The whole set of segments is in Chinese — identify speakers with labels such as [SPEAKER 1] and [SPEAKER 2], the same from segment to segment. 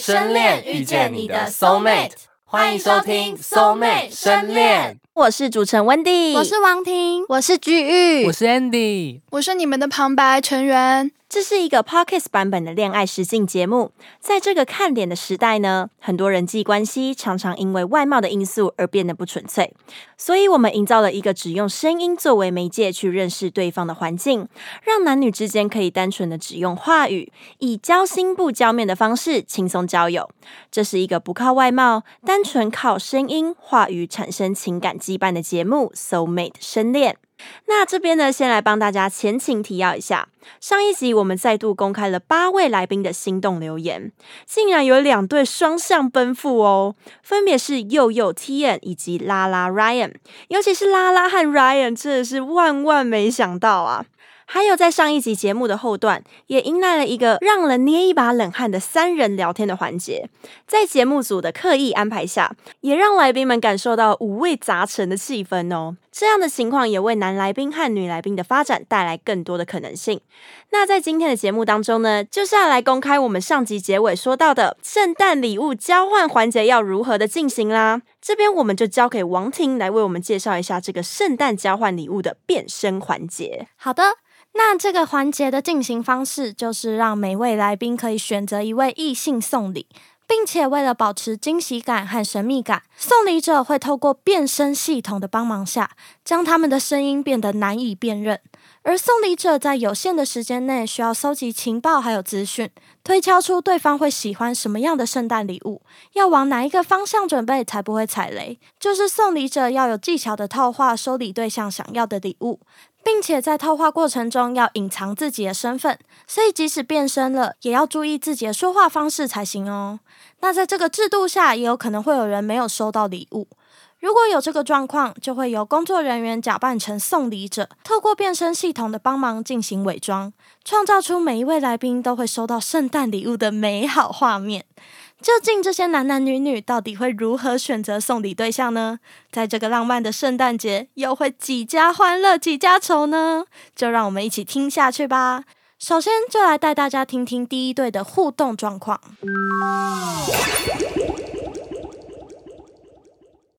[SPEAKER 1] 深恋遇见你的 soul mate，欢迎收听 soul mate 深恋。
[SPEAKER 2] 我是主持人 Wendy，
[SPEAKER 3] 我是王婷，
[SPEAKER 4] 我是居玉，
[SPEAKER 1] 我是 Andy，
[SPEAKER 3] 我是你们的旁白成员。
[SPEAKER 2] 这是一个 Podcast 版本的恋爱实境节目。在这个看脸的时代呢，很多人际关系常常因为外貌的因素而变得不纯粹，所以我们营造了一个只用声音作为媒介去认识对方的环境，让男女之间可以单纯的只用话语，以交心不交面的方式轻松交友。这是一个不靠外貌，单纯靠声音话语产生情感羁绊的节目《Soul Mate 深恋》。那这边呢，先来帮大家前情提要一下。上一集我们再度公开了八位来宾的心动留言，竟然有两对双向奔赴哦，分别是佑佑 T N 以及拉拉 Ryan，尤其是拉拉和 Ryan，真的是万万没想到啊！还有在上一集节目的后段，也迎来了一个让人捏一把冷汗的三人聊天的环节，在节目组的刻意安排下，也让来宾们感受到五味杂陈的气氛哦。这样的情况也为男来宾和女来宾的发展带来更多的可能性。那在今天的节目当中呢，就是要来公开我们上集结尾说到的圣诞礼物交换环节要如何的进行啦。这边我们就交给王婷来为我们介绍一下这个圣诞交换礼物的变身环节。
[SPEAKER 4] 好的，那这个环节的进行方式就是让每位来宾可以选择一位异性送礼，并且为了保持惊喜感和神秘感，送礼者会透过变声系统的帮忙下，将他们的声音变得难以辨认。而送礼者在有限的时间内需要搜集情报还有资讯，推敲出对方会喜欢什么样的圣诞礼物，要往哪一个方向准备才不会踩雷。就是送礼者要有技巧的套话收礼对象想要的礼物，并且在套话过程中要隐藏自己的身份，所以即使变身了，也要注意自己的说话方式才行哦。那在这个制度下，也有可能会有人没有收到礼物。如果有这个状况，就会由工作人员假扮成送礼者，透过变身系统的帮忙进行伪装，创造出每一位来宾都会收到圣诞礼物的美好画面。究竟这些男男女女到底会如何选择送礼对象呢？在这个浪漫的圣诞节，又会几家欢乐几家愁呢？就让我们一起听下去吧。首先，就来带大家听听第一对的互动状况。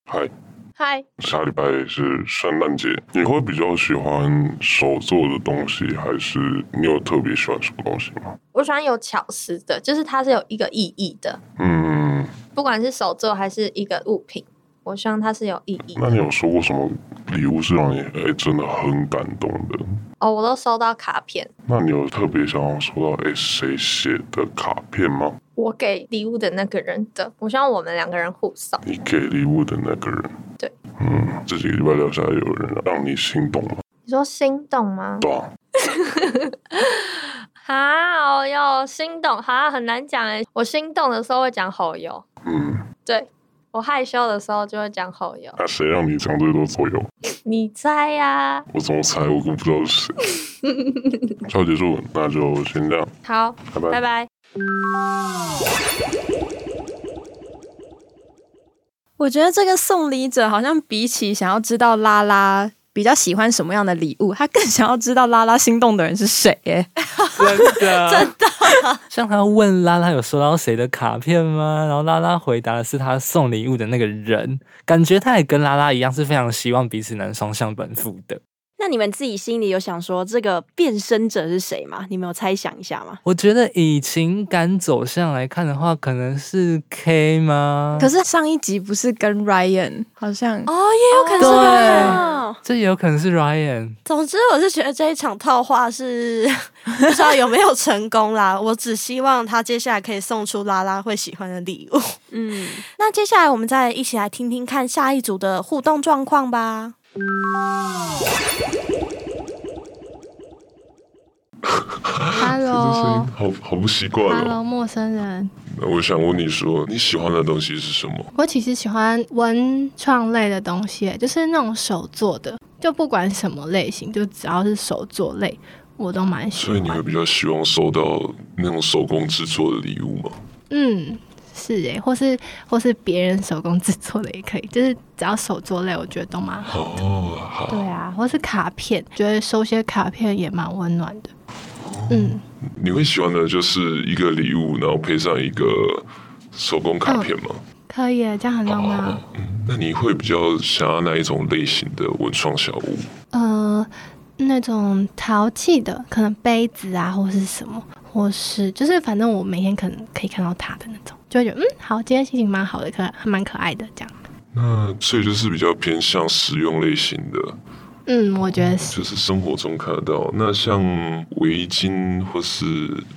[SPEAKER 5] 嗨，
[SPEAKER 6] 嗨，
[SPEAKER 5] 下礼拜是圣诞节，你会比较喜欢手做的东西，还是你有特别喜欢什么东西吗？
[SPEAKER 6] 我喜欢有巧思的，就是它是有一个意义的，
[SPEAKER 5] 嗯，
[SPEAKER 6] 不管是手作还是一个物品，我希望它是有意义
[SPEAKER 5] 那
[SPEAKER 6] 的。
[SPEAKER 5] 你有收过什么礼物是让你哎、真的很感动的？
[SPEAKER 6] 哦，我都收到卡片，
[SPEAKER 5] 那你有特别想要收到哎谁写的卡片吗？
[SPEAKER 6] 我给礼物的那个人的，我希望我们两个人互送。
[SPEAKER 5] 你给礼物的那个人，
[SPEAKER 6] 对，
[SPEAKER 5] 嗯，这几个礼拜聊下来，有人让你心动吗？
[SPEAKER 6] 你说心动吗？
[SPEAKER 5] 对啊，
[SPEAKER 6] 好哟，哦心动，好很难讲哎。我心动的时候会讲好友，
[SPEAKER 5] 嗯，
[SPEAKER 6] 对我害羞的时候就会讲好 友。
[SPEAKER 5] 那谁让你讲最多左右？
[SPEAKER 6] 你在呀、
[SPEAKER 5] 我怎么猜我都不知道是谁。超结束，那就先这样，
[SPEAKER 6] 好，
[SPEAKER 5] 拜拜
[SPEAKER 6] 拜拜。
[SPEAKER 7] 我觉得这个送礼者好像比起想要知道拉拉比较喜欢什么样的礼物，他更想要知道拉拉心动的人是谁。耶。
[SPEAKER 1] 真的， 真的。啊像他问拉拉有收到谁的卡片吗？然后拉拉回答的是他送礼物的那个人，感觉他也跟拉拉一样是非常希望彼此能双向奔赴的。
[SPEAKER 2] 那你们自己心里有想说这个变身者是谁吗？你们有猜想一下吗？
[SPEAKER 1] 我觉得以情感走向来看的话，可能是 K 吗？
[SPEAKER 7] 可是上一集不是跟 Ryan 好像
[SPEAKER 4] 嗯哦，也有可能是
[SPEAKER 1] 对
[SPEAKER 4] 这样。
[SPEAKER 1] 这也有可能是 Ryan。
[SPEAKER 4] 总之，我是觉得这一场套话是 不知道有没有成功啦。我只希望他接下来可以送出拉拉会喜欢的礼物。
[SPEAKER 2] 嗯，
[SPEAKER 4] 那接下来我们再一起来听听看下一组的互动状况吧。
[SPEAKER 5] 这个声音
[SPEAKER 8] Hello，Hello，
[SPEAKER 5] 好好不习惯哦。
[SPEAKER 8] 陌生人。
[SPEAKER 5] 那我想问你说，你喜欢的东西是什么？
[SPEAKER 8] 我其实喜欢文创类的东西，就是那种手做的，就不管什么类型，就只要是手做类，我都蛮喜
[SPEAKER 5] 所以你会
[SPEAKER 8] 欢。
[SPEAKER 5] 比较希望收到那种手工制作的礼物吗？
[SPEAKER 8] 嗯，是诶、或是或是别人手工制作的也可以，就是只要手做类，我觉得都蛮好。
[SPEAKER 5] 哦，好，
[SPEAKER 8] 对啊，或是卡片，觉得收些卡片也蛮温暖的。嗯，
[SPEAKER 5] 你会喜欢的就是一个礼物，然后配上一个手工卡片吗？
[SPEAKER 8] 可以耶，这样很浪漫啊。
[SPEAKER 5] 那你会比较想要哪一种类型的文创小物？
[SPEAKER 8] 呃，那种陶器的，可能杯子啊，或是什么，或是就是反正我每天可能可以看到它的那种，就会觉得嗯，好，今天心情蛮好的，可还蛮可爱的这样。
[SPEAKER 5] 那所以就是比较偏向实用类型的，
[SPEAKER 8] 嗯，我觉得是。
[SPEAKER 5] 就是生活中看得到。那像围巾或是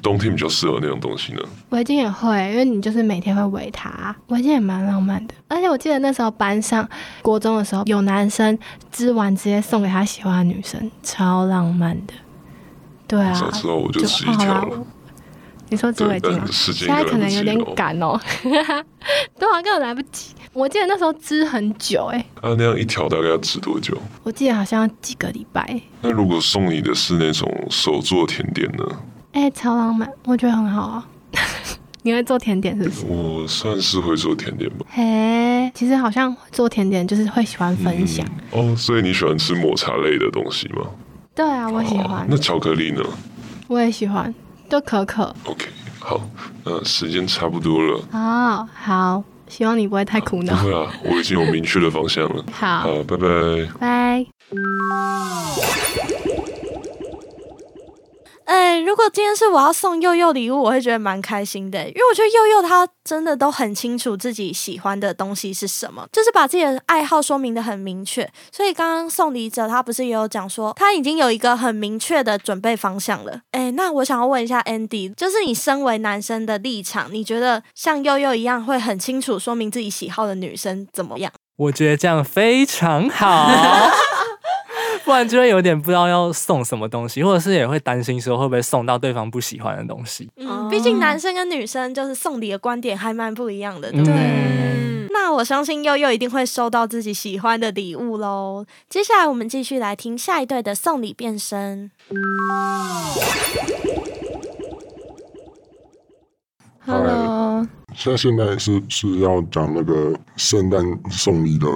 [SPEAKER 5] 冬天比较适合那种东西呢？
[SPEAKER 8] 围巾也会，因为你就是每天会围它，围巾也蛮浪漫的。而且我记得那时候班上国中的时候，有男生织完直接送给他喜欢的女生，超浪漫的。对啊，
[SPEAKER 5] 早知道我就织一
[SPEAKER 8] 好
[SPEAKER 5] 条
[SPEAKER 8] 啦
[SPEAKER 5] 了。。
[SPEAKER 8] 你说织围
[SPEAKER 5] 对，
[SPEAKER 8] 巾吗
[SPEAKER 5] 但？时间
[SPEAKER 8] 现在可
[SPEAKER 5] 应
[SPEAKER 8] 能
[SPEAKER 5] 该来不及
[SPEAKER 8] 有点
[SPEAKER 5] 了哦
[SPEAKER 8] 赶哦， 对啊，根本来不及。我记得那时候织很久哎、
[SPEAKER 5] 啊，那样一条大概要吃多久？
[SPEAKER 8] 我记得好像几个礼拜欸
[SPEAKER 5] 那如果送你的是那种手做甜点呢？
[SPEAKER 8] 哎、超浪漫，我觉得很好啊。 你会做甜点是不是？
[SPEAKER 5] 我算是会做甜点吧。
[SPEAKER 8] 嘿、其实好像做甜点就是会喜欢分享。
[SPEAKER 5] 哦，所以你喜欢吃抹茶类的东西吗？
[SPEAKER 8] 对啊，我喜
[SPEAKER 5] 哦
[SPEAKER 8] 欢，
[SPEAKER 5] 那巧克力呢
[SPEAKER 8] 我也喜欢，就可可。
[SPEAKER 5] ？OK，好，那呃时间差不多了。
[SPEAKER 8] 哦，好，希望你不会太苦
[SPEAKER 5] 不
[SPEAKER 8] 恼。
[SPEAKER 5] 会啊，我已经有明确的方向了。
[SPEAKER 8] 好，
[SPEAKER 5] 好，拜拜。
[SPEAKER 8] 拜。
[SPEAKER 4] 哎、如果今天是我要送佑佑礼物，我会觉得蛮开心的，因为我觉得佑佑他真的都很清楚自己喜欢的东西是什么，就是把自己的爱好说明的很明确。所以刚刚送礼者他不是也有讲说，他已经有一个很明确的准备方向了。哎、那我想要问一下 Andy，就是你身为男生的立场，你觉得像佑佑一样会很清楚说明自己喜好的女生怎么样？
[SPEAKER 1] 我觉得这样非常好， 不然就会有点不知道要送什么东西，或者是也会担心说会不会送到对方不喜欢的东西。
[SPEAKER 4] 嗯，毕竟男生跟女生就是送礼的观点还蛮不一样的，对不对？
[SPEAKER 1] 嗯，
[SPEAKER 4] 那我相信悠悠一定会收到自己喜欢的礼物喽。接下来我们继续来听下一对的送礼变身。
[SPEAKER 5] Hello
[SPEAKER 9] 那现在是是要讲那个圣诞送礼的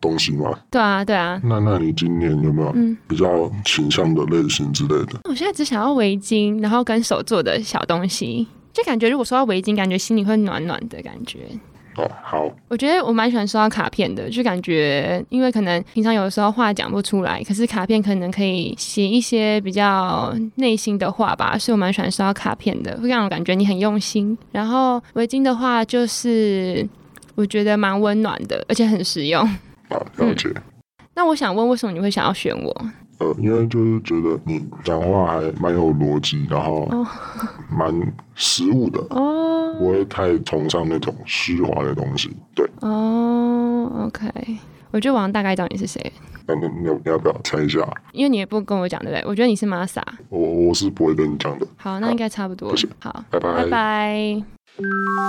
[SPEAKER 9] 东西吗？
[SPEAKER 10] 对啊，对啊，
[SPEAKER 9] 那那你今年有没有
[SPEAKER 10] 嗯
[SPEAKER 9] 比较倾向的类型之类的？
[SPEAKER 10] 我现在只想要围巾，然后跟手做的小东西，就感觉如果收到围巾，感觉心里会暖暖的感觉。
[SPEAKER 9] 哦，好，
[SPEAKER 10] 我觉得我蛮喜欢收到卡片的，就感觉因为可能平常有的时候话讲不出来，可是卡片可能可以写一些比较内心的话吧，所以我蛮喜欢收到卡片的，会让我感觉你很用心。然后围巾的话，就是我觉得蛮温暖的，而且很实用。
[SPEAKER 9] 好，了解。
[SPEAKER 10] 那我想问，为什么你会想要选我？
[SPEAKER 9] 呃，因为就是觉得你讲话还蛮有逻辑，然后
[SPEAKER 10] 哦
[SPEAKER 9] 蛮实务的，
[SPEAKER 10] 哦
[SPEAKER 9] 不会太崇尚那种虚华的东西。对，
[SPEAKER 10] 哦，OK，我觉得我好像大概知道你是谁，
[SPEAKER 9] 那你你要你要不要猜一下？
[SPEAKER 10] 因为你也不跟我讲，对不对？我觉得你是 Masa。
[SPEAKER 9] 我我是不会跟你讲的。
[SPEAKER 10] 好，那应该差不多
[SPEAKER 9] 不是。
[SPEAKER 10] 好，
[SPEAKER 9] 拜拜
[SPEAKER 10] 拜拜。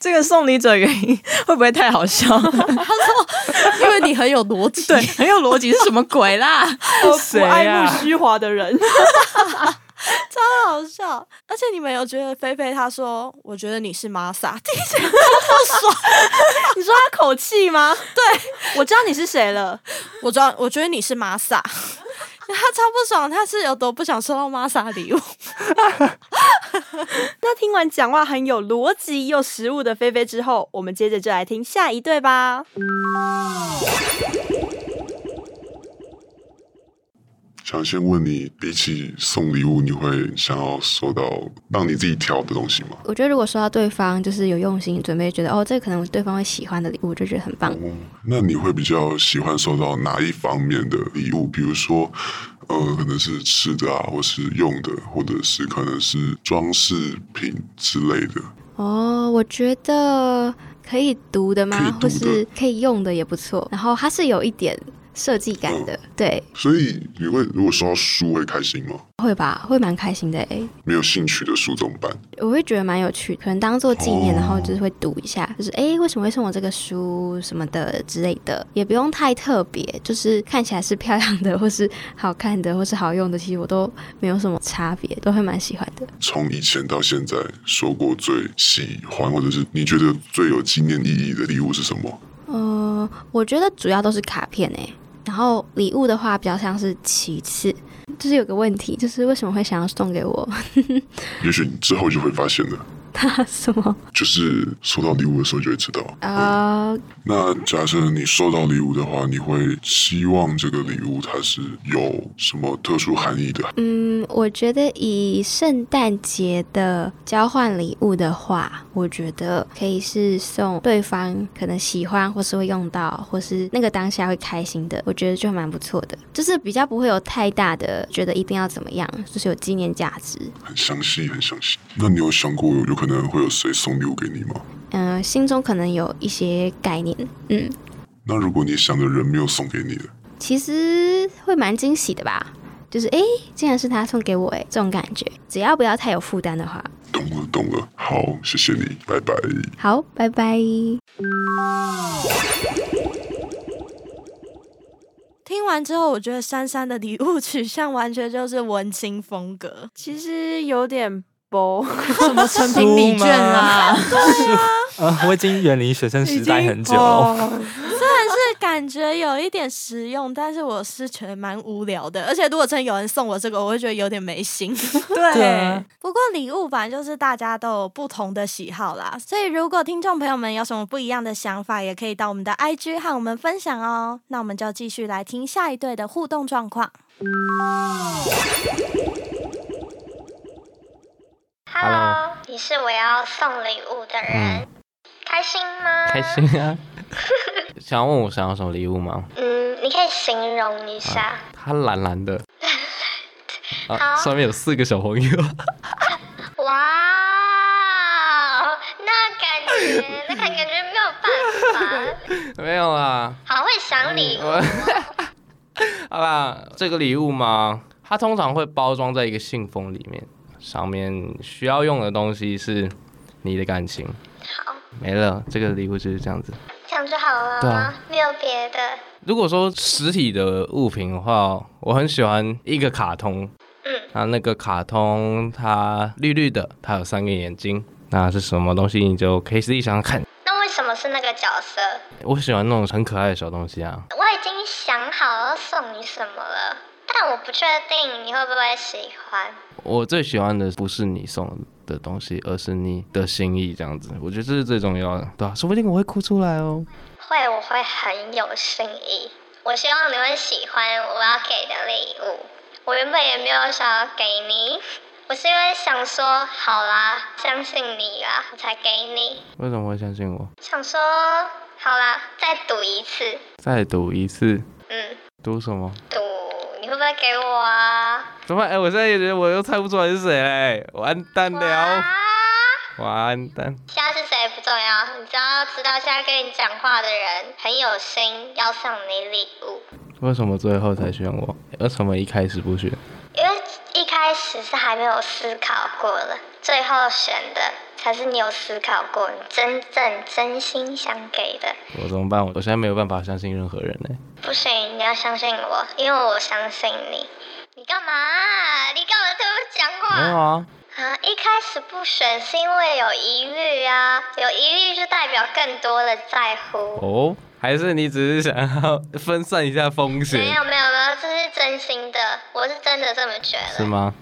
[SPEAKER 7] 这个送礼者原因会不会太好笑？
[SPEAKER 4] 因为你很有逻辑，
[SPEAKER 7] 对，很有逻辑，是什么鬼 啦？
[SPEAKER 1] 谁呀、
[SPEAKER 4] 虚华的人， 超好笑。而且你们有觉得菲菲她说，我觉得你是玛莎，听起来好 爽。
[SPEAKER 2] 你说他口气 吗？对，我知道你是谁了。
[SPEAKER 4] 我知道，我觉得你是玛莎。她超不爽，她是有多不想收到玛莎礼物？
[SPEAKER 2] 那听完讲话很有逻辑又实务的菲菲之后，我们接着就来听下一对吧。
[SPEAKER 5] 想先问你，比起送礼物，你会想要收到让你自己挑的东西吗？
[SPEAKER 11] 我觉得如果收到对方就是有用心准备，觉得哦，这个可能对方会喜欢的礼物，我就觉得很棒。
[SPEAKER 5] 嗯那你会比较喜欢收到哪一方面的礼物？比如说，呃，可能是吃的啊，或是用的，或者是可能是装饰品之类的。
[SPEAKER 11] 哦，我觉得可以读的吗
[SPEAKER 5] 可以？
[SPEAKER 11] 或
[SPEAKER 5] 读的
[SPEAKER 11] 是可以用的也不错。然后它是有一点设计感的，
[SPEAKER 5] 嗯
[SPEAKER 11] 对，
[SPEAKER 5] 所以你会如果收到书会开心吗？
[SPEAKER 11] 会吧，会蛮开心的诶。
[SPEAKER 5] 没有兴趣的书怎么办？
[SPEAKER 11] 我会觉得蛮有趣，可能当做纪念，
[SPEAKER 5] 哦
[SPEAKER 11] 然后就是会读一下，就是诶，为什么会送我这个书什么的之类的，也不用太特别，就是看起来是漂亮的，或是好看的，或是好用的，其实我都没有什么差别，都会蛮喜欢的。
[SPEAKER 5] 从以前到现在，收过最喜欢或者是你觉得最有纪念意义的礼物是什么？
[SPEAKER 11] 欸呃，我觉得主要都是卡片诶、然后礼物的话比较像是其次，就是有个问题，就是为什么会想要送给我？
[SPEAKER 5] 也许你之后就会发现了，
[SPEAKER 11] 他什么？
[SPEAKER 5] 就是收到礼物的时候就会知道。
[SPEAKER 11] 啊、
[SPEAKER 5] 那假设你收到礼物的话，你会希望这个礼物它是有什么特殊含义的？
[SPEAKER 11] 嗯，我觉得以圣诞节的交换礼物的话，我觉得可以是送对方可能喜欢或是会用到，或是那个当下会开心的，我觉得就蛮不错的，就是比较不会有太大的觉得一定要怎么样，就是有纪念价值。
[SPEAKER 5] 很详细，很详细。那你有想过有可能会有谁送礼物给你吗？
[SPEAKER 11] 嗯、心中可能有一些概念，嗯，
[SPEAKER 5] 那如果你想的人没有送给你的，
[SPEAKER 11] 其实会蛮惊喜的吧。就是诶，竟然是他送给我诶，这种感觉，只要不要太有负担的话，
[SPEAKER 5] 懂了，懂了。好，谢谢你，拜拜。
[SPEAKER 11] 好，拜拜。
[SPEAKER 4] 听完之后，我觉得珊珊的礼物取向完全就是文青风格，
[SPEAKER 12] 其实有点薄，
[SPEAKER 7] 什么成品礼券 啊啦，
[SPEAKER 1] 呃，我已经远离学生时代很久了。
[SPEAKER 4] 哦啊虽然是感觉有一点实用，但是我是觉得蛮无聊的。而且如果真有人送我这个，我会觉得有点没心。对
[SPEAKER 1] 对啊
[SPEAKER 4] 不过礼物反正就是大家都有不同的喜好啦，所以如果听众朋友们有什么不一样的想法，也可以到我们的 IG 和我们分享哦。那我们就继续来听下一对的互动状况。
[SPEAKER 13] Hello，你是我要送礼物的人，
[SPEAKER 14] 嗯，
[SPEAKER 13] 开心吗？
[SPEAKER 14] 开。心 啊！想要问我想要什么礼物吗？啊
[SPEAKER 13] 嗯，你可以形容一下。
[SPEAKER 14] 它蓝蓝的，
[SPEAKER 13] 好
[SPEAKER 14] 啊，上面有四个小朋 友，
[SPEAKER 13] 哇哦，那感觉，那感觉没有办 法。
[SPEAKER 14] 没有啦，
[SPEAKER 13] 好会想礼物
[SPEAKER 14] 我，好啦，这个礼物嘛，它通常会包装在一个信封里面，上面需要用的东西是你的感情。
[SPEAKER 13] 好，
[SPEAKER 14] 没了，这个礼物就是这样子。
[SPEAKER 13] 这样就好了
[SPEAKER 14] 对
[SPEAKER 13] 吗
[SPEAKER 14] 啊？
[SPEAKER 13] 没有别的。
[SPEAKER 14] 如果说实体的物品的话，我很喜欢一个卡通。
[SPEAKER 13] 嗯，
[SPEAKER 14] 那那个卡通它绿绿的，它有三个眼睛，那是什么东西？你就可以自己想想看。
[SPEAKER 13] 那为什么是那个角色？
[SPEAKER 14] 我喜欢那种很可爱的小东西啊。
[SPEAKER 13] 我已经想好要送你什么了，但我不确定你会不会喜欢。
[SPEAKER 14] 我最喜欢的不是你送的东西，而是你的心意，这样子，我觉得这是最重要的，对吧、啊说不定我会哭出来哦。
[SPEAKER 13] 会，我会很有心意。我希望你会喜欢我要给的礼物。我原本也没有想要给你，我是因为想说，好啦，相信你啦，我才给你。
[SPEAKER 14] 为什么会相信我？
[SPEAKER 13] 想说，好啦，再赌一次。
[SPEAKER 14] 再赌一次，
[SPEAKER 13] 嗯，
[SPEAKER 14] 赌什么？
[SPEAKER 13] 赌你会不会给我啊？
[SPEAKER 14] 怎么办？哎、我现在也觉得我又猜不出来是谁嘞，完蛋了，完蛋。
[SPEAKER 13] 啊现在是谁不重要，你只要知道现在跟你讲话的人很有心，要送你礼物。
[SPEAKER 14] 为什么最后才选我？为什么一开始不选？
[SPEAKER 13] 因为一开始是还没有思考过的，最后选的才是你有思考过，你真正真心想给的。
[SPEAKER 14] 我怎么办？我现在没有办法相信任何人呢。
[SPEAKER 13] 不行，你要相信我，因为我相信你。你干嘛啊、你干嘛对我讲话？
[SPEAKER 14] 没有啊，
[SPEAKER 13] 啊，一开始不选是因为有疑虑啊，有疑虑就代表更多的在乎。
[SPEAKER 14] 哦，还是你只是想要分散一下风
[SPEAKER 13] 没
[SPEAKER 14] 险，
[SPEAKER 13] 有没有没有，这是真心的，我是真的这么觉得。
[SPEAKER 14] 是吗？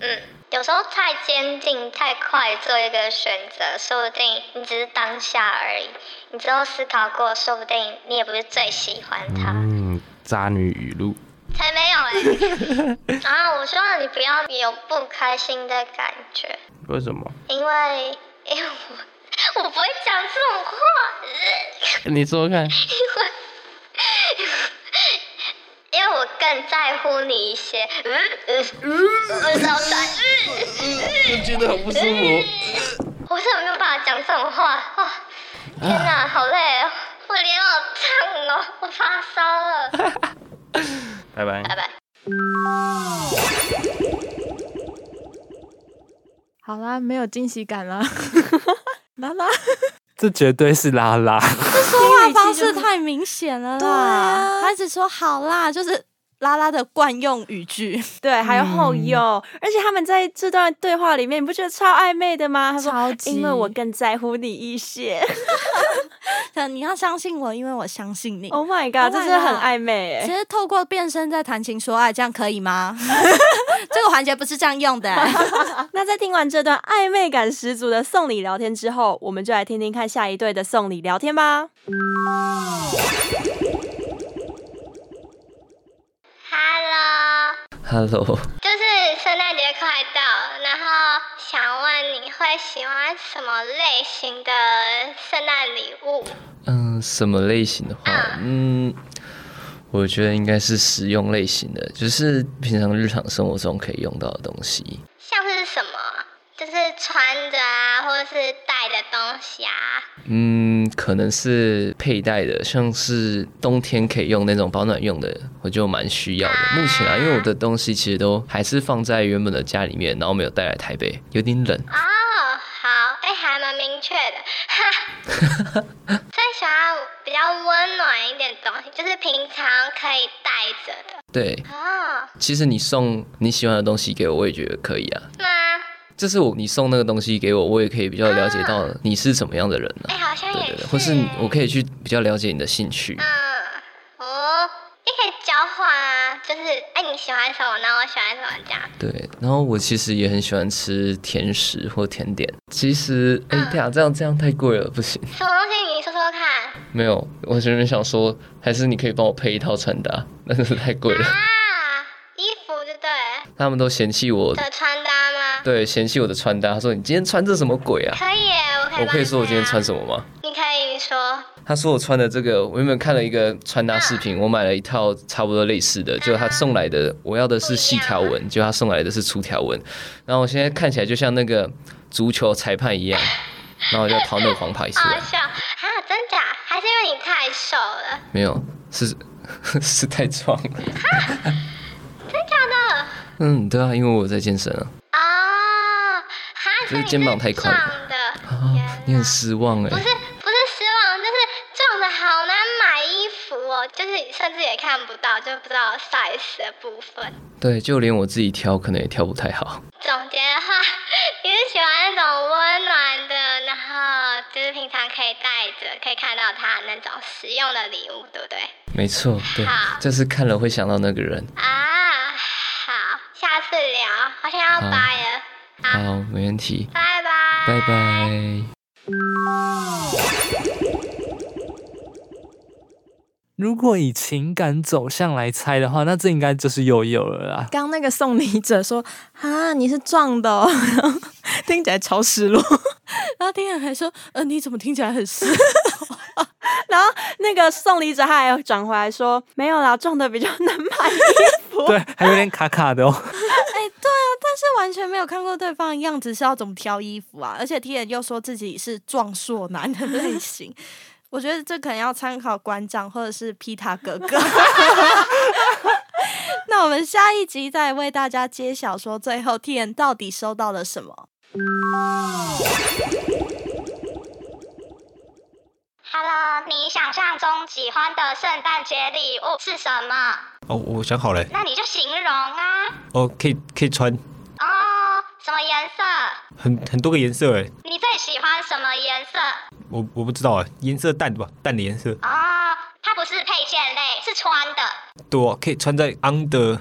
[SPEAKER 13] 嗯，有时候太坚定、太快做一个选择，说不定你只是当下而已。你之后思考过，说不定你也不是最喜欢他，
[SPEAKER 14] 嗯，渣女语录。
[SPEAKER 13] 才没有哎、欸。啊，我希望你不要有不开心的感觉，
[SPEAKER 14] 为什么？
[SPEAKER 13] 因为因为我我不会讲这种话，
[SPEAKER 14] 你说说看。
[SPEAKER 13] 因为因为我更在乎你一些。嗯嗯嗯，我知道在嗯嗯
[SPEAKER 14] 觉得很不舒服。
[SPEAKER 13] 我怎么没有办法讲这种话？哦，
[SPEAKER 15] 啊
[SPEAKER 13] 天哪，好累哦，我脸好烫哦，我发烧了。
[SPEAKER 14] 拜拜。
[SPEAKER 16] 呃
[SPEAKER 13] 拜拜。
[SPEAKER 7] 啊好啦，没有惊喜感啦。啦啦，
[SPEAKER 1] 这绝对是拉拉。
[SPEAKER 2] 啊
[SPEAKER 4] 这说话方式太明显了啦！他只说好啦，就是拉拉的惯用语句，
[SPEAKER 2] 对，还有后
[SPEAKER 4] 嗯
[SPEAKER 2] 有，而且他们在这段对话里面，你不觉得超暧昧的吗？他说，因为我更在乎你一些。
[SPEAKER 4] 呃你要相信我，因为我相信你。
[SPEAKER 2] Oh my god，这真的很暧昧欸
[SPEAKER 4] 其实透过变身在谈情说爱，这样可以吗？这个环节不是这样用的、
[SPEAKER 2] 那在听完这段暧昧感十足的送礼聊天之后，我们就来听听看下一对的送礼聊天吧。
[SPEAKER 15] Hello，
[SPEAKER 17] Hello，
[SPEAKER 15] 就是圣诞节快到了，然后想问你会喜欢什么类型的圣诞礼物？
[SPEAKER 17] 嗯、什么类型的话，嗯，我觉得应该是实用类型的，就是平常日常生活中可以用到的东西。
[SPEAKER 15] 像是什么？啊就是穿着啊，或者是带的东西啊。
[SPEAKER 17] 嗯，可能是佩戴的，像是冬天可以用那种保暖用的，我就蛮需要的。目前啊，因为我的东西其实都还是放在原本的家里面，然后没有带来台北，有点冷。
[SPEAKER 15] 哦，好，哎、还蛮明确的。 最喜欢比较温暖一点的东西，就是平常可以带着的。
[SPEAKER 17] 对，
[SPEAKER 15] 哦，
[SPEAKER 17] 其实你送你喜欢的东西给我，我也觉得可以啊。
[SPEAKER 15] 那
[SPEAKER 17] 就是我你送那个东西给我，我也可以比较了解到你是什么样的人呢、
[SPEAKER 15] 哎、好像
[SPEAKER 17] 对
[SPEAKER 15] 也
[SPEAKER 17] 对对，
[SPEAKER 15] 是。
[SPEAKER 17] 或是我可以去比较了解你的兴趣。
[SPEAKER 15] 嗯，哦，也可以交换啊，就是哎、你喜欢什么，那我喜欢什么这样。
[SPEAKER 17] 对，然后我其实也很喜欢吃甜食或甜点。其实，哎、
[SPEAKER 15] 嗯
[SPEAKER 17] 对啊，这样这样太贵了，不行。
[SPEAKER 15] 什么东西你说说看
[SPEAKER 17] 没有，我原本想说，还是你可以帮我配一套穿搭， 但是太贵了。
[SPEAKER 15] 啊？衣服就对了
[SPEAKER 17] 他们都嫌弃我，
[SPEAKER 15] 的穿搭吗？
[SPEAKER 17] 对，嫌弃我的穿搭，他说你今天穿这什么鬼啊？
[SPEAKER 15] 可以耶，哎我可以。
[SPEAKER 17] 我可以说我今天穿什么吗？
[SPEAKER 15] 你可以说，
[SPEAKER 17] 他说我穿的这个，我原本看了一个穿搭视频，我买了一套差不多类似的，就他送来的，我要的是细条纹，就他送来的是粗条纹，然后我现在看起来就像那个足球裁判一样，然后我就要掏那个黄牌出
[SPEAKER 15] 好
[SPEAKER 17] 来，
[SPEAKER 15] 笑啊！真假？还是因为你太瘦了？
[SPEAKER 17] 没有，是 是太壮了，
[SPEAKER 15] 真假的？
[SPEAKER 17] 嗯，对啊，因为我在健身啊，
[SPEAKER 15] 啊，哈，
[SPEAKER 17] 就是肩膀太宽了，
[SPEAKER 15] 胖的
[SPEAKER 17] 啊，你很失望哎、
[SPEAKER 15] 不是不是失望，就是壮的好难买衣服哦，就是甚至也看不到，就不知道 size 的部分。
[SPEAKER 17] 对，就连我自己挑可能也挑不太好，
[SPEAKER 15] 总结的话，你是喜欢那种温暖的，然后就是平常可以带着，可以看到它那种实用的礼物，对不对？
[SPEAKER 17] 没错，对
[SPEAKER 15] 好，
[SPEAKER 17] 就是看了会想到那个人，
[SPEAKER 15] 啊，好，下次聊，好像
[SPEAKER 17] 好
[SPEAKER 15] 要掰了，
[SPEAKER 17] 好，没问题，
[SPEAKER 15] 拜拜。
[SPEAKER 17] 拜拜。
[SPEAKER 1] 如果以情感走向来猜的话，那这应该就是佑佑了 啦。
[SPEAKER 7] 刚那个送礼者说啊，你是撞的、哦，然后听起来超失落。
[SPEAKER 4] 然后听人还说，呃，你怎么听起来很湿？
[SPEAKER 2] 然后那个送礼者他还转回来说，没有啦，撞的比较难买。
[SPEAKER 1] 对，还有点卡卡的哦。
[SPEAKER 4] 哎、对啊，但是完全没有看过对方的样子是要怎么挑衣服啊，而且 T N 又说自己是壮硕男的类型，我觉得这可能要参考馆长或者是皮塔哥哥。 那我们下一集再为大家揭晓，说最后 T N 到底收到了什么。
[SPEAKER 15] Hello，你想象中喜欢的圣诞节礼物是什么？
[SPEAKER 18] 哦，我想好了，
[SPEAKER 15] 那你就形容啊。
[SPEAKER 18] 哦，可以可以穿
[SPEAKER 15] 哦，什么颜色？
[SPEAKER 18] 很很多个颜色哎，
[SPEAKER 15] 你最喜欢什么颜色？
[SPEAKER 18] 我我不知道哎，颜色淡吧，淡的颜色
[SPEAKER 15] 哦，它不是配件类，是穿的。
[SPEAKER 18] 对哦、可以穿在 under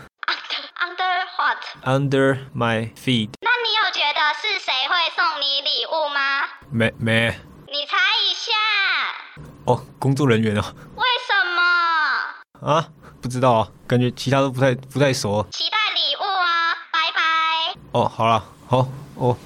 [SPEAKER 15] Under what？
[SPEAKER 18] under my feet，
[SPEAKER 15] 那你有觉得是谁会送你礼物吗？
[SPEAKER 18] 没没
[SPEAKER 15] 你猜一下，
[SPEAKER 18] 哦，工作人员哦
[SPEAKER 15] 为什么？
[SPEAKER 18] 啊，不知道啊，感觉其他都不太不太熟哦
[SPEAKER 15] 期待礼物啊，拜拜。
[SPEAKER 18] 哦，好了，好哦，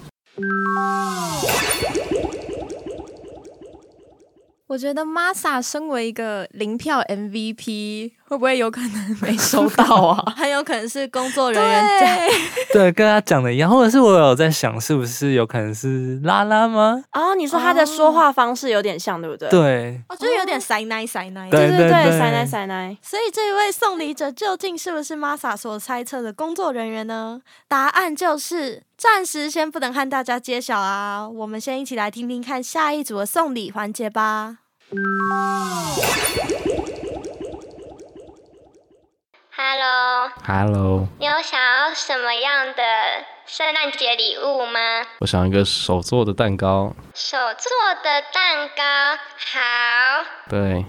[SPEAKER 7] 我觉得 Masa 身为一个零票 MVP，会不会有可能没收到啊？
[SPEAKER 4] 很有可能是工作人 员在。
[SPEAKER 1] 对，跟他讲的一样，或者是我有在想，是不是有可能是拉拉吗？
[SPEAKER 2] 哦，你说他的说话方式有点像，对不对？
[SPEAKER 1] 对，
[SPEAKER 4] 哦，就有点塞奶塞奶，
[SPEAKER 1] 对对对对对
[SPEAKER 2] 塞奶塞奶。
[SPEAKER 4] 所以这一位送礼者究竟是不是 Masa 所猜测的工作人员呢？答案就是暂时先不能和大家揭晓啊。我们先一起来听听看下一组的送礼环节吧。
[SPEAKER 16] Hello，
[SPEAKER 14] Hello，
[SPEAKER 16] 你有想要什么样的圣诞节礼物吗？
[SPEAKER 14] 我想一个手做的蛋糕，
[SPEAKER 16] 手做的蛋糕，好，
[SPEAKER 14] 对，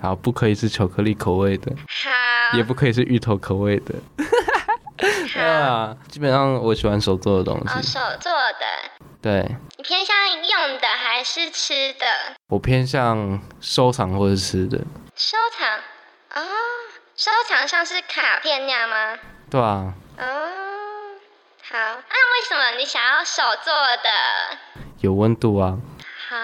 [SPEAKER 14] 好，不可以是巧克力口味的，
[SPEAKER 16] 好，
[SPEAKER 14] 也不可以是芋头口味 的。啊，基本上我喜欢手做的东
[SPEAKER 16] 哦，
[SPEAKER 14] 西，
[SPEAKER 16] 手做的，
[SPEAKER 14] 对
[SPEAKER 16] 你偏向用的还是吃的？
[SPEAKER 14] 我偏向收藏或者吃的，
[SPEAKER 16] 收藏，哦，收藏像是卡片那样吗？
[SPEAKER 14] 对啊，
[SPEAKER 16] 哦，好，那为什么你想要手做的？
[SPEAKER 14] 有温度啊。
[SPEAKER 16] 好，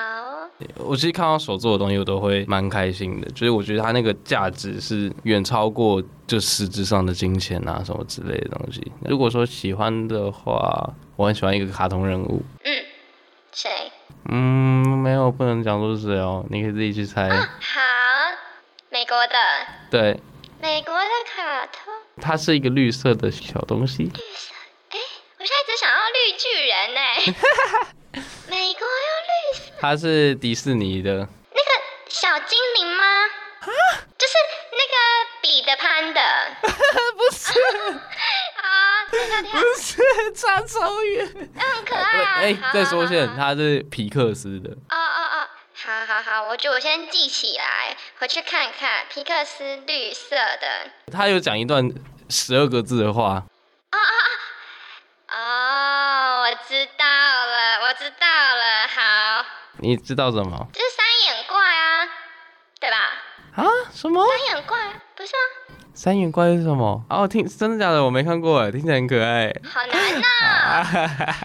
[SPEAKER 14] 我其实看到手做的东西，我都会蛮开心的，就是我觉得它那个价值是远超过就实质上的金钱啊什么之类的东西。如果说喜欢的话，我很喜欢一个卡通人物，
[SPEAKER 16] 嗯，谁？
[SPEAKER 14] 嗯，没有不能讲说是谁哦，你可以自己去猜。
[SPEAKER 16] 啊好，美国的，
[SPEAKER 14] 对，
[SPEAKER 16] 美国的卡通，
[SPEAKER 14] 它是一个绿色的小东西，
[SPEAKER 16] 我现在只想要绿巨人呢、 美国有绿色
[SPEAKER 14] 它是迪士尼的，
[SPEAKER 16] 那个小精灵吗？啊，就是那个彼得潘的， 不 是啊，那个不
[SPEAKER 14] 是差超远，
[SPEAKER 16] 很可爱啊。
[SPEAKER 14] 哎、
[SPEAKER 16] 好
[SPEAKER 14] 再说一下，它是皮克斯的，
[SPEAKER 16] 哦哦哦，好好好，我觉得我先记起来，回去看看。皮克斯绿色的，
[SPEAKER 14] 它有讲一段十二个字的话，
[SPEAKER 16] 哦，我知道了，我知道了，好，
[SPEAKER 14] 你知道什么？
[SPEAKER 16] 这是三眼怪啊，对吧？
[SPEAKER 14] 啊？什么？
[SPEAKER 16] 三眼怪不是啊吗？
[SPEAKER 14] 三眼怪是什么？哦，听真的假的？我没看过哎，听起来很可爱。
[SPEAKER 16] 好难呐、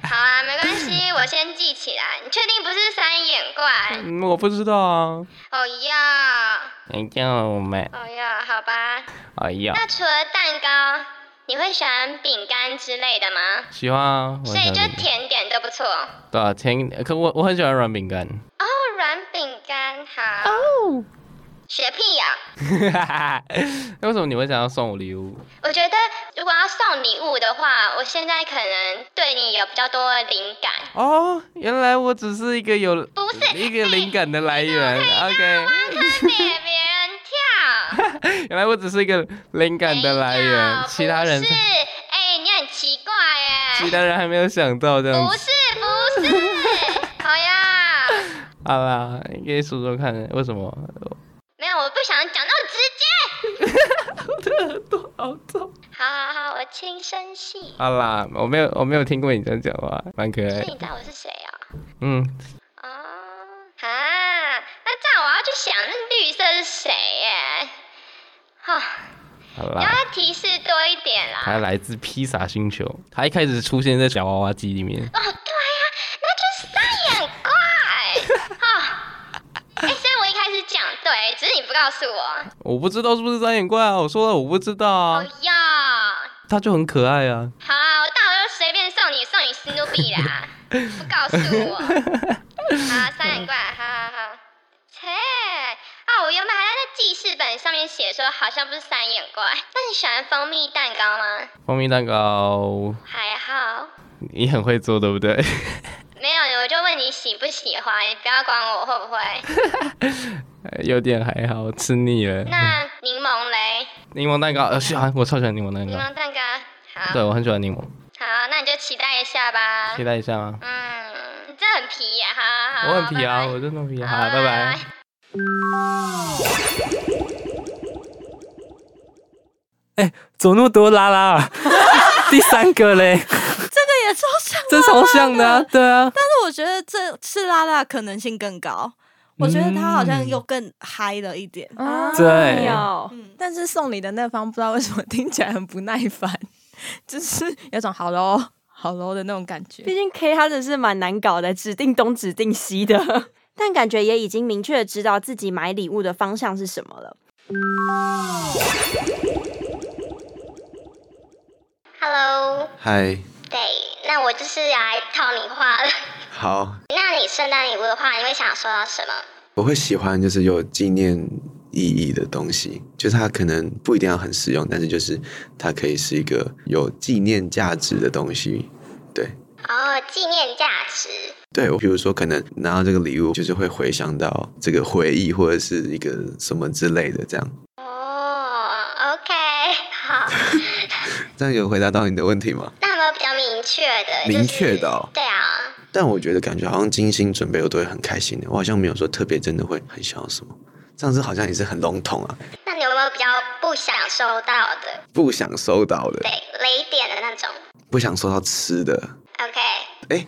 [SPEAKER 16] 好啊，没关系，我先记起来。你确定不是三眼怪？
[SPEAKER 14] 嗯，我不知道啊。
[SPEAKER 16] 哦呀，
[SPEAKER 14] 哎呀，我没，
[SPEAKER 16] 哦呀，好吧。
[SPEAKER 14] 哎呀，
[SPEAKER 16] 那除了蛋糕，你会喜欢饼干之类的吗？
[SPEAKER 14] 喜欢啊。我
[SPEAKER 16] 所
[SPEAKER 14] 很
[SPEAKER 16] 以
[SPEAKER 14] 喜欢
[SPEAKER 16] 就
[SPEAKER 14] 饼干
[SPEAKER 16] 甜点都不错。哦，
[SPEAKER 14] 对啊，甜，可我我很喜欢软饼干。
[SPEAKER 16] 软饼干好。哦。学屁呀、
[SPEAKER 14] 那为什么你会想要送我礼物？
[SPEAKER 16] 我觉得如果要送礼物的话，我现在可能对你有比较多的灵感。
[SPEAKER 14] 哦，原来我只是一个有一个灵感的 来源。OK，
[SPEAKER 16] 啊 看别人跳，
[SPEAKER 14] 原来我只是一个灵感的来源，其他人
[SPEAKER 16] 是哎、你很奇怪
[SPEAKER 14] 其
[SPEAKER 16] 哎，
[SPEAKER 14] 他人还没有想到这样
[SPEAKER 16] 不
[SPEAKER 14] 子。
[SPEAKER 16] 是不是， 好呀，
[SPEAKER 14] 好啦，你可以说说看为什么？
[SPEAKER 16] 没有，我不想讲那么直接。好好好，我轻声细
[SPEAKER 14] 好啦，我没有我没有听过你这样讲话，蛮可爱
[SPEAKER 16] 所以你
[SPEAKER 14] 的。
[SPEAKER 16] 知道我是谁哦？
[SPEAKER 14] 嗯，
[SPEAKER 16] 啊，那这样我要去想那绿色是谁耶？哈、
[SPEAKER 14] 好
[SPEAKER 16] 要
[SPEAKER 14] 啦，
[SPEAKER 16] 他提示多一点啦。
[SPEAKER 14] 它来自披萨星球，它一开始出现在小娃娃机 里面。
[SPEAKER 16] 哦，对呀、那就是三眼怪啊！哎、所以我一开始讲对，只是你不告诉我。
[SPEAKER 14] 我不知道是不是三眼怪啊，我说了我不知道
[SPEAKER 16] 哦
[SPEAKER 14] 啊，
[SPEAKER 16] 呀，
[SPEAKER 14] 它就很可爱啊。
[SPEAKER 16] 好啦，我到时候随便送你送你史努比啦，不告诉我。好，三眼怪，好好好。切，啊，我原本还在那记事本上面写说好像不是三眼怪。那你喜欢蜂蜜蛋糕吗？
[SPEAKER 14] 蜂蜜蛋糕，
[SPEAKER 16] 还好，
[SPEAKER 14] 你很会做对不对？
[SPEAKER 16] 没有，我就问你喜不喜欢，你不要管我会不会。
[SPEAKER 14] 有点还好，吃腻了。
[SPEAKER 16] 那柠檬雷，
[SPEAKER 14] 柠檬蛋糕，呃，喜欢，我超喜欢柠檬蛋
[SPEAKER 16] 柠
[SPEAKER 14] 糕。
[SPEAKER 16] 檬蛋糕，啊好。
[SPEAKER 14] 对，我很喜欢柠檬，
[SPEAKER 16] 好，那你就期待一下吧。
[SPEAKER 14] 期待一下啊吗？
[SPEAKER 16] 嗯，你真的很皮呀、哈。好
[SPEAKER 14] 我很皮啊，我真的很皮啊，好拜拜。
[SPEAKER 1] 哎怎么那么多拉拉、啊？ 第三个嘞，
[SPEAKER 4] 这个也超像拉拉的，
[SPEAKER 1] 这超像的啊、对啊。
[SPEAKER 4] 但是我觉得这次拉拉可能性更高，我觉得他好像
[SPEAKER 1] 嗯
[SPEAKER 4] 又更嗨了一点。
[SPEAKER 1] 对
[SPEAKER 7] 啊但是送礼的那方不知道为什么听起来很不耐烦， 就是有种好喽好喽的那种感觉。
[SPEAKER 2] 毕竟 K 他真是蛮难搞的，指定东指定 西的。但感觉也已经明确知道自己买礼物的方向是什么了。
[SPEAKER 16] Hello，
[SPEAKER 19] 嗨，
[SPEAKER 16] 对，那我就是来套你话 了。
[SPEAKER 19] 好，
[SPEAKER 16] 那你圣诞礼物的话，你会想收到什么？
[SPEAKER 19] 我会喜欢就是有纪念意义的东西，就是它可能不一定要很实用，但是就是它可以是一个有纪念价值的东西。对，
[SPEAKER 16] 哦，纪念价值。
[SPEAKER 19] 对我比如说可能拿到这个礼物，就是会回想到这个回忆或者是一个什么之类的这样。
[SPEAKER 16] 哦，OK，好。
[SPEAKER 19] 这样有回答到你的问题吗？
[SPEAKER 20] 那有没有比较明确的？
[SPEAKER 19] 明确的、哦
[SPEAKER 20] 就是对啊，
[SPEAKER 19] 但我觉得感觉好像精心准备，我都会很开心的。我好像没有说特别真的会很想要什么，这样子好像也是很笼统啊，
[SPEAKER 20] 那你有没有比较不想收到的？
[SPEAKER 19] 不想收到的
[SPEAKER 20] 对，，雷点的那种。
[SPEAKER 19] 不想收到吃的。
[SPEAKER 20] OK，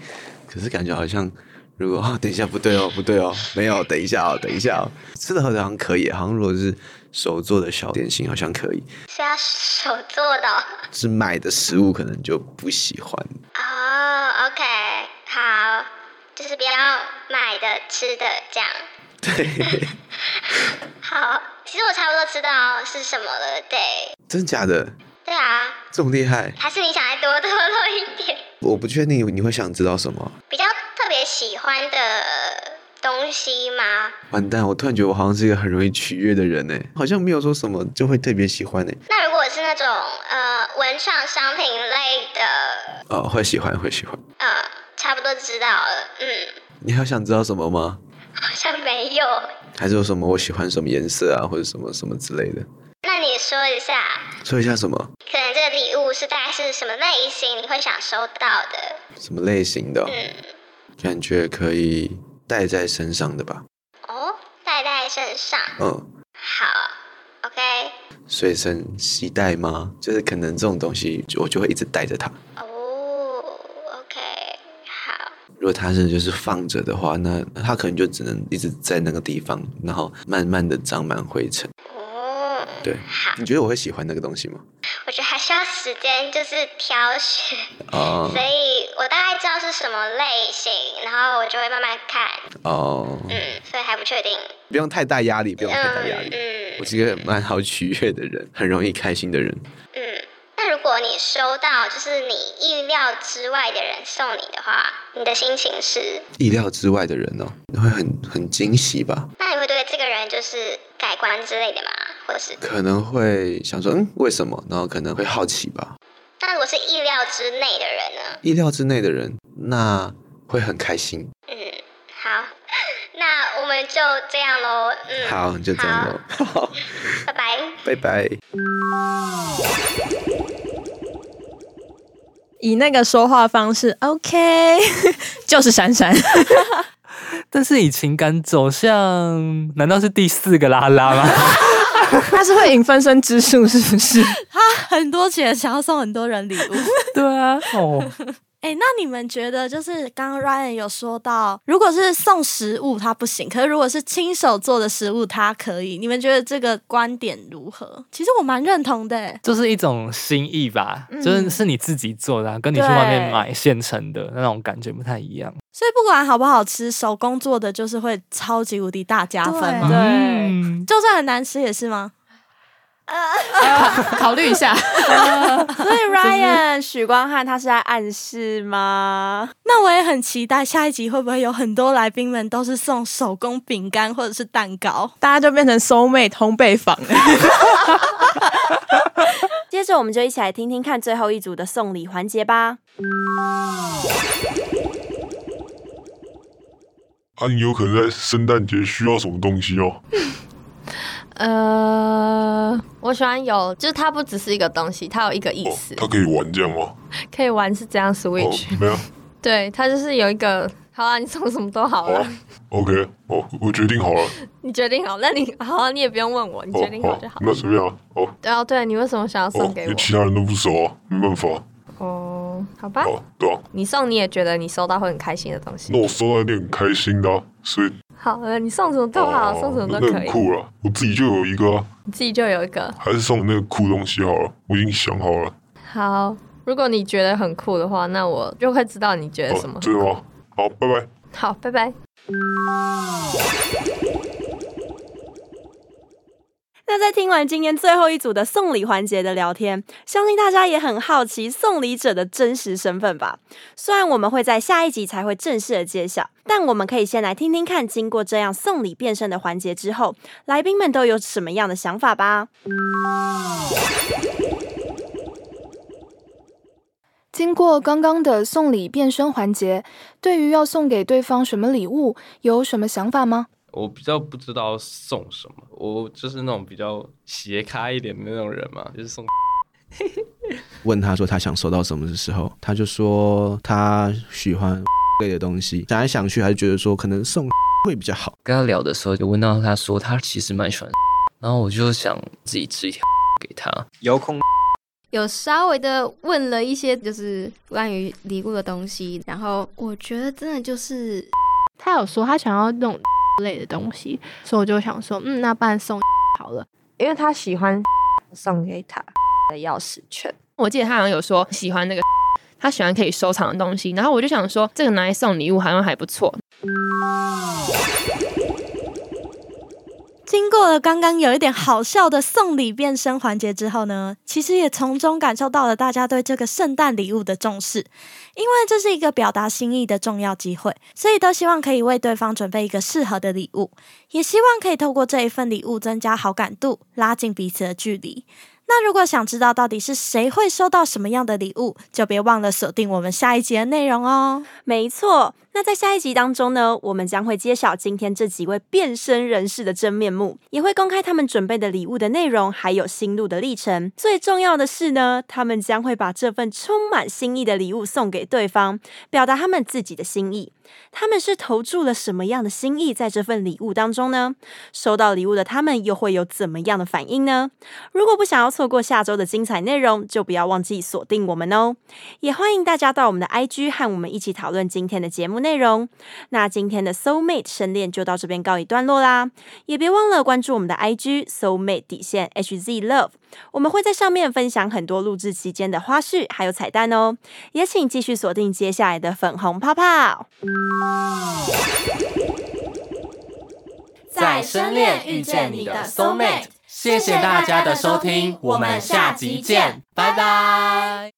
[SPEAKER 19] 可是感觉好像，如果啊、等一下不对哦，不对哦，没有，等一下哦，等一下哦，吃的喝的好像可以，好像如果是手做的小点心好像可以，
[SPEAKER 20] 是要手做的哦。
[SPEAKER 19] 是买的食物可能就不喜欢。
[SPEAKER 20] 哦 OK，好，就是不要买的、吃的这样。
[SPEAKER 19] 对，
[SPEAKER 20] 好，其实我差不多知道是什么了。对，
[SPEAKER 19] 真假的
[SPEAKER 20] 对啊，
[SPEAKER 19] 这么厉害？
[SPEAKER 20] 还是你想再多透露一点，
[SPEAKER 19] 我不确定你会想知道什么。
[SPEAKER 20] 比较特别喜欢的东西吗？
[SPEAKER 19] 完蛋，我突然觉得我好像是一个很容易取悦的人呢，好像没有说什么就会特别喜欢呢。
[SPEAKER 20] 那如果是那种呃文创商品类的，
[SPEAKER 19] 哦，会喜欢，会喜欢。
[SPEAKER 20] 呃，差不多知道了。嗯，
[SPEAKER 19] 你还有想知道什么吗？
[SPEAKER 20] 好像没有。
[SPEAKER 19] 还是有什么我喜欢什么颜色啊，或者什么什么之类的？
[SPEAKER 20] 那你说一下，
[SPEAKER 19] 说一下什么
[SPEAKER 20] 可能这个礼物是大概是什么类型，你会想收到的？
[SPEAKER 19] 什么类型的哦、
[SPEAKER 20] 嗯，
[SPEAKER 19] 感觉可以带在身上的吧？
[SPEAKER 20] 哦，戴在身上。
[SPEAKER 19] 嗯，
[SPEAKER 20] 好，OK。
[SPEAKER 19] 随身携带吗？就是可能这种东西，就我就会一直带着它。
[SPEAKER 20] 哦，OK，好，
[SPEAKER 19] 如果它是就是放着的话，那那它可能就只能一直在那个地方，然后慢慢的长满灰尘。
[SPEAKER 20] 哦，
[SPEAKER 19] 对，你觉得我会喜欢那个东西吗？
[SPEAKER 20] 我觉得还需要时间，就是挑选，
[SPEAKER 19] 哦
[SPEAKER 20] 所以我大概知道是什么类型，然后我就会慢慢看，
[SPEAKER 19] 哦，
[SPEAKER 20] 嗯，所以还不确定，
[SPEAKER 19] 不用太大压力，不用太大压力。
[SPEAKER 20] 嗯
[SPEAKER 19] 我是一个蛮好取悦的人，很容易开心的人。
[SPEAKER 20] 嗯。那如果你收到就是你意料之外的人送你的话，你的心情是？
[SPEAKER 19] 意料之外的人哦，会很很惊喜吧？
[SPEAKER 20] 那你会对这个人就是改观之类的吗？或是？
[SPEAKER 19] 可能会想说，嗯，为什么？然后可能会好奇吧。
[SPEAKER 20] 那如果是意料之内的人呢？
[SPEAKER 19] 意料之内的人，那会很开心。
[SPEAKER 20] 嗯，好， 那我们就这样喽。嗯，
[SPEAKER 19] 好，就这样喽，好，
[SPEAKER 20] 拜拜。
[SPEAKER 19] 拜拜。
[SPEAKER 7] 以那个说话方式，OK，就是 闪闪。
[SPEAKER 1] 但是以情感走向，难道是第四个拉拉吗？
[SPEAKER 7] 他是会引分身之术，是不是？
[SPEAKER 4] 他很多钱，想要送很多人礼物。
[SPEAKER 1] 对啊，哦，
[SPEAKER 4] 哎、那你们觉得，就是刚刚 Ryan 有说到，如果是送食物，它不行；可是如果是亲手做的食物，它可以。你们觉得这个观点如何？其实我蛮认同的、欸。
[SPEAKER 1] 就是一种心意吧，
[SPEAKER 4] 嗯
[SPEAKER 1] 就是是你自己做的、啊，跟你去外面
[SPEAKER 4] 对
[SPEAKER 1] 买现成的那种感觉不太一样。
[SPEAKER 4] 所以不管好不好吃，手工做的就是会超级无敌大加分嘛。
[SPEAKER 1] 对
[SPEAKER 7] 嗯
[SPEAKER 4] 对，就算很难吃也是吗？
[SPEAKER 7] 考虑一下。
[SPEAKER 2] 呃 所以 Ryan 许光汉他是在暗示吗？
[SPEAKER 4] 那我也很期待下一集会不会有很多来宾们都是送手工饼干或者是蛋糕。
[SPEAKER 7] 大家就变成 soul mate 烘焙坊。
[SPEAKER 2] 接着我们就一起来听听看最后一组的送礼环节吧。
[SPEAKER 21] 啊，你有可能在圣诞节需要什么东西哦？
[SPEAKER 6] 呃，我喜欢有，就是它不只是一个东西，它有一个意思，
[SPEAKER 21] 它可以玩这样吗？
[SPEAKER 6] 可以玩是这样
[SPEAKER 21] 哦
[SPEAKER 6] Switch，、，
[SPEAKER 21] 没有
[SPEAKER 6] 对，它就是有一个。好啊，你送什么都好了，
[SPEAKER 21] ，OK，哦，我决定好了，
[SPEAKER 6] 你决定好。那你好、啊，你也不用问 我，你决定好就好。
[SPEAKER 21] 那随便啊，哦，
[SPEAKER 6] 对啊，对，你为什么想要送 给
[SPEAKER 21] 因
[SPEAKER 6] 我
[SPEAKER 21] 为？其他人都不熟啊，没办法，
[SPEAKER 6] 哦，好吧，
[SPEAKER 21] 对啊，
[SPEAKER 6] 你送你也觉得你收到会很开心的东西。
[SPEAKER 21] 那我收到一定很开心的啊、所以
[SPEAKER 6] 好了，你送什么都好，送什么
[SPEAKER 21] 哦那
[SPEAKER 6] 都可
[SPEAKER 21] 很
[SPEAKER 6] 以，
[SPEAKER 21] 酷啊了，我自己就有一个、啊，
[SPEAKER 6] 你自己就有一个。
[SPEAKER 21] 还是送那个酷东西好了，我已经想好了，
[SPEAKER 6] 好，如果你觉得很酷的话，那我就会知道你觉得什么。
[SPEAKER 21] 真的吗？好，拜拜。
[SPEAKER 6] 好，拜拜。
[SPEAKER 2] 那在听完今天最后一组的送礼环节的聊天，相信大家也很好奇送礼者的真实身份吧？虽然我们会在下一集才会正式的揭晓，但我们可以先来听听看，经过这样送礼变身的环节之后，来宾们都有什么样的想法吧。
[SPEAKER 8] 经过刚刚的送礼变身环节，对于要送给对方什么礼物，有什么想法吗？
[SPEAKER 14] 我比较不知道送什么，我就是那种比较斜开一点的那种人嘛，就是送
[SPEAKER 19] 问他说他想收到什么的时候，他就说他喜欢 类的东西。想来想去，还是觉得说可能送 会比较好。
[SPEAKER 17] 跟他聊的时候，就问到他说他其实蛮喜欢，然后我就想自己织一条给他。
[SPEAKER 19] 遥控
[SPEAKER 11] 有稍微的问了一些就是关于礼物的东西，然后我觉得真的就是
[SPEAKER 8] 他有哦说他想要那种类的东西，所以我就想说，嗯，那不然送好了。
[SPEAKER 22] 因为他喜欢送给他的钥匙圈。
[SPEAKER 10] 我记得他好像有说喜欢那个， 他喜欢可以收藏的东西，然后我就想说这个拿来送礼物好像还不错。
[SPEAKER 4] 经过了刚刚有一点好笑的送礼变身环节之后呢，其实也从中感受到了大家对这个圣诞礼物的重视，因为这是一个表达心意的重要机会，所以都希望可以为对方准备一个适合的礼物，也希望可以透过这一份礼物增加好感度，拉近彼此的距离。那如果想知道到底是谁会收到什么样的礼物，就别忘了锁定我们下一集的内容哦。
[SPEAKER 2] 没错，那在下一集当中呢，我们将会揭晓今天这几位变身人士的真面目，也会公开他们准备的礼物的内容，还有心路的历程。最重要的是呢，他们将会把这份充满心意的礼物送给对方，表达他们自己的心意。他们是投注了什么样的心意在这份礼物当中呢？收到礼物的他们又会有怎么样的反应呢？如果不想要错过下周的精彩内容，就不要忘记锁定我们哦。也欢迎大家到我们的 IG 和我们一起讨论今天的节目内容。那今天的 Soul Mate 深恋就到这边告一段落啦，也别忘了关注我们的 IG Soul Mate 底线 HZ Love，我们会在上面分享很多录制期间的花絮还有彩蛋哦。也请继续锁定接下来的粉红泡泡。
[SPEAKER 23] 在深恋遇见你的 soul mate。谢谢大家的收听，我们下集见，拜拜。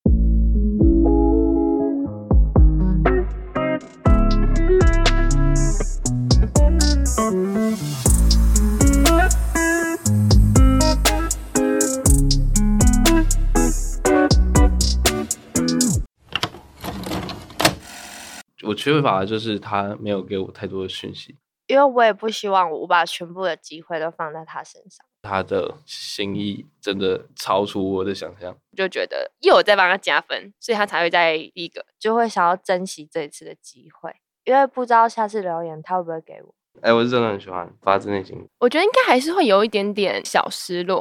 [SPEAKER 14] 我缺乏的就是他没有给我太多的讯息，
[SPEAKER 22] 因为我也不希望我把全部的机会都放在他身上，
[SPEAKER 14] 他的心意真的超出我的想象。
[SPEAKER 22] 就觉得又有在帮他加分，所以他才会在第一个，就会想要珍惜这一次的机会，因为不知道下次留言他会不会给我。
[SPEAKER 14] 哎、我是真的很喜欢，发自内心。
[SPEAKER 10] 我觉得应该还是会有一点点小失落，